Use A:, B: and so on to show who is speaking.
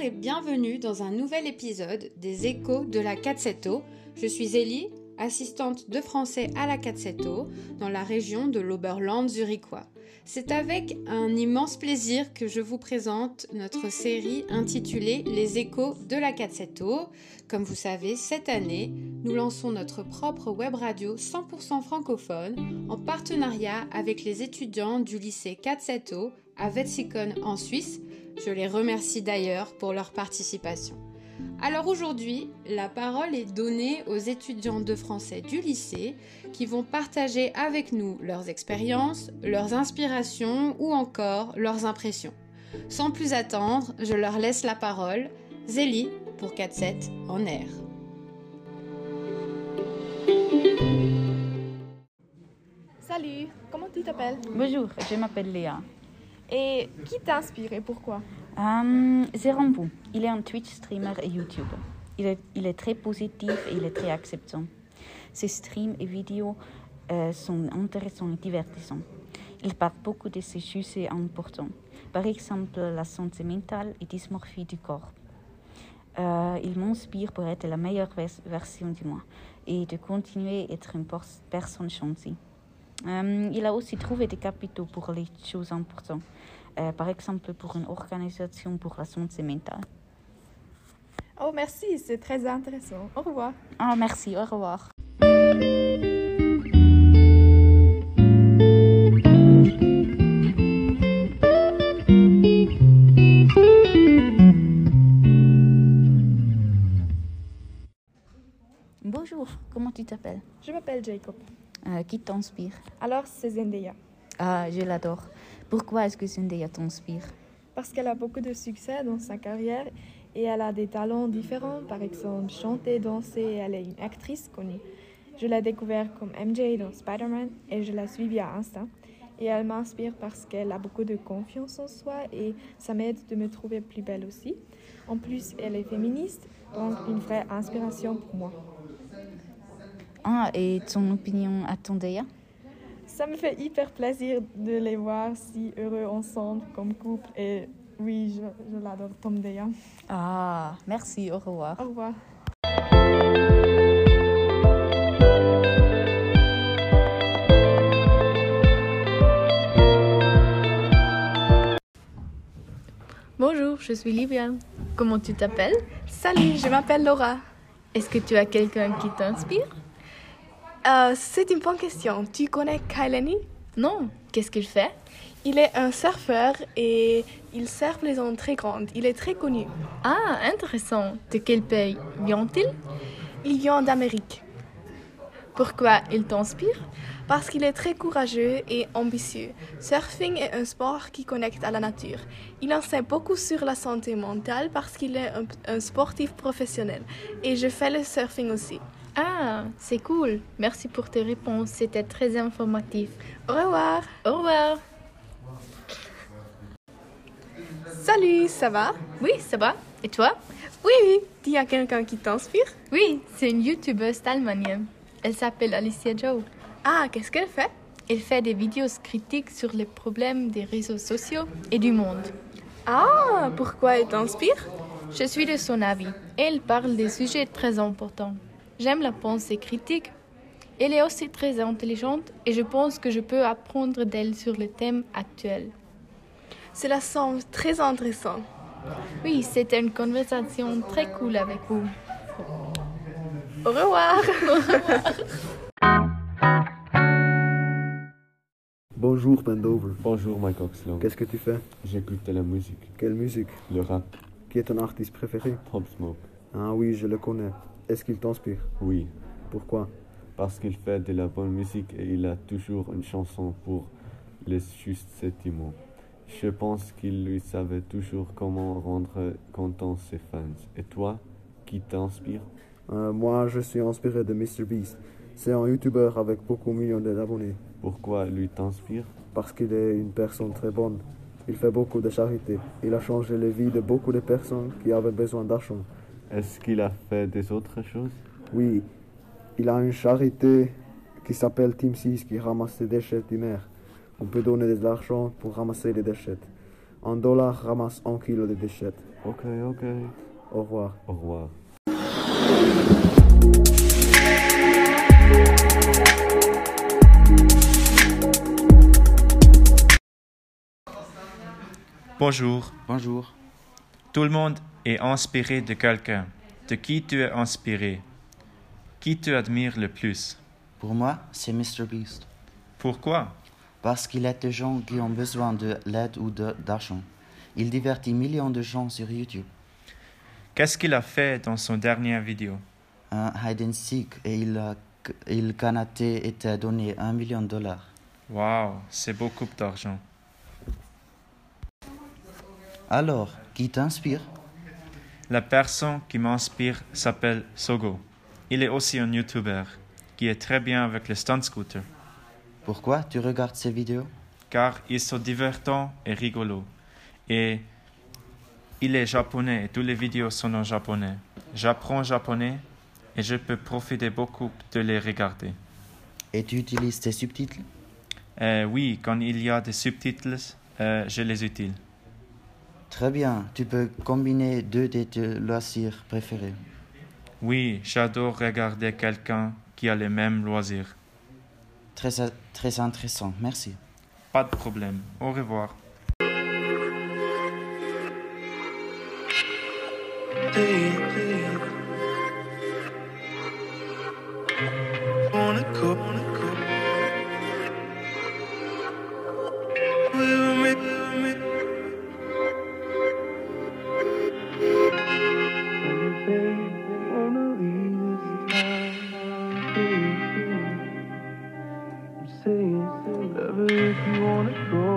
A: et bienvenue dans un nouvel épisode des échos de la 470. Je suis Elie, assistante de français à la 470 dans la région de l'Oberland zurichois. C'est avec un immense plaisir que je vous présente notre série intitulée Les échos de la 470. Comme vous savez, cette année, nous lançons notre propre web radio 100% francophone en partenariat avec les étudiants du lycée 470 à Wetzikon en Suisse. Je les remercie d'ailleurs pour leur participation. Alors aujourd'hui, la parole est donnée aux étudiants de français du lycée qui vont partager avec nous leurs expériences, leurs inspirations ou encore leurs impressions. Sans plus attendre, je leur laisse la parole. Zélie pour 4-7 en air.
B: Salut, comment tu t'appelles
C: Bonjour, je m'appelle Léa.
B: Et qui t'a inspiré Pourquoi
C: Hum, c'est Rambou. Il est un Twitch streamer et YouTuber. Il est, il est très positif et il est très acceptant. Ses streams et vidéos euh, sont intéressants et divertissants. Il parle beaucoup de ces sujets importants, par exemple la santé mentale et dysmorphie du corps. Euh, il m'inspire pour être la meilleure vers- version de moi et de continuer à être une pers- personne gentille. Euh, il a aussi trouvé des capitaux pour les choses importantes, euh, par exemple pour une organisation pour la santé mentale.
B: Oh merci, c'est très intéressant. Au revoir.
C: Ah, merci, au revoir. Bonjour, comment tu t'appelles
B: Je m'appelle Jacob.
C: Euh, Qui t'inspire
B: Alors c'est Zendaya,
C: Ah, je l'adore. Pourquoi est-ce que Zendaya t'inspire
B: parce qu'elle a beaucoup de succès dans sa carrière et elle a des talents différents, par exemple chanter, danser, elle est une actrice connue. Je l'ai découverte comme MJ dans Spider-Man et je l'ai suivie à Insta. Et elle m'inspire parce qu'elle a beaucoup de confiance en soi et ça m'aide de me trouver plus belle aussi. En plus, elle est féministe, donc une vraie inspiration pour moi.
C: Ah, et ton opinion à Zendaya
B: Ça me fait hyper plaisir de les voir si heureux ensemble comme couple. Et oui, je, je l'adore, Tom Deya.
C: Ah, merci, au revoir.
B: Au revoir.
D: Bonjour, je suis Livia. Comment tu t'appelles
E: Salut, je m'appelle Laura.
D: Est-ce que tu as quelqu'un qui t'inspire
E: Euh, c'est une bonne question. Tu connais Kailani
D: Non. Qu'est-ce qu'il fait
E: Il est un surfeur et il surfe les ondes très grandes. Il est très connu.
D: Ah, intéressant. De quel pays vient-il
E: Il vient d'Amérique
D: Pourquoi il t'inspire
E: parce qu'il est très courageux et ambitieux. Surfing est un sport qui connecte à la nature. Il en sait beaucoup sur la santé mentale parce qu'il est un, un sportif professionnel. Et je fais le surfing aussi.
D: Ah, c'est cool. Merci pour tes réponses. C'était très informatif.
E: Au revoir.
D: Au revoir.
E: Salut, ça va
D: Oui, ça va. Et toi
E: Oui, oui. Tu y a quelqu'un qui t'inspire
D: Oui, c'est une youtubeuse allemande. Elle s'appelle Alicia Joe.
E: Ah, qu'est-ce qu'elle fait
D: Elle fait des vidéos critiques sur les problèmes des réseaux sociaux et du monde.
E: Ah, pourquoi elle t'inspire
D: Je suis de son avis. Elle parle des sujets très importants. J'aime la pensée critique. Elle est aussi très intelligente et je pense que je peux apprendre d'elle sur le thème actuel.
E: Cela semble très intéressant.
D: Oui, c'était une conversation très cool avec vous.
E: Au revoir.
F: Bonjour Pendover,
G: Bonjour Michael Oxlong,
F: qu'est-ce que tu fais
G: j'écoute de la musique,
F: Quelle musique
G: le rap,
F: Qui est ton artiste préféré
G: Pop Smoke.
F: Ah oui, je le connais. Est-ce qu'il t'inspire
G: Oui,
F: Pourquoi
G: parce qu'il fait de la bonne musique et il a toujours une chanson pour les justes sentiments. Je pense qu'il lui savait toujours comment rendre contents ses fans. Et toi, qui t'inspire
F: Euh, Moi, je suis inspiré de Mr Beast. C'est un youtubeur avec beaucoup de millions d'abonnés.
G: Pourquoi lui t'inspire
F: Parce qu'il est une personne très bonne. Il fait beaucoup de charité. Il a changé les vies de beaucoup de personnes qui avaient besoin d'argent.
G: Est-ce qu'il a fait des autres choses
F: Oui, il a une charité qui s'appelle Team 6 qui ramasse les déchets du mer. On peut donner de l'argent pour ramasser les déchets. Un dollar ramasse un kilo de déchets.
G: Ok, ok.
F: Au revoir.
G: Au revoir.
H: Bonjour.
I: Bonjour.
H: Tout le monde est inspiré de quelqu'un. De qui tu es inspiré Qui tu admires le plus
I: Pour moi, c'est Mr. Beast.
H: Pourquoi
I: Parce qu'il aide des gens qui ont besoin de l'aide ou de- d'argent. Il divertit millions de gens sur YouTube.
H: Qu'est-ce qu'il a fait dans son dernière vidéo
I: Un hide and seek et il a il canaté et a donné un million de dollars.
H: Wow, c'est beaucoup d'argent.
I: Alors, qui t'inspire
H: La personne qui m'inspire s'appelle Sogo. Il est aussi un YouTuber qui est très bien avec le stunt scooter
I: Pourquoi tu regardes ces vidéos
H: car ils sont divertants et rigolos. Et il est japonais et toutes les vidéos sont en japonais. J'apprends japonais et je peux profiter beaucoup de les regarder.
I: Et tu utilises tes subtitres
H: Euh, oui, quand il y a des subtitres, euh, je les utilise.
I: Très bien, tu peux combiner deux de tes loisirs préférés.
H: Oui, j'adore regarder quelqu'un qui a les mêmes loisirs.
I: Très, a- très intéressant, merci.
H: Pas de problème. Au revoir.
J: Say it, love it if you wanna go.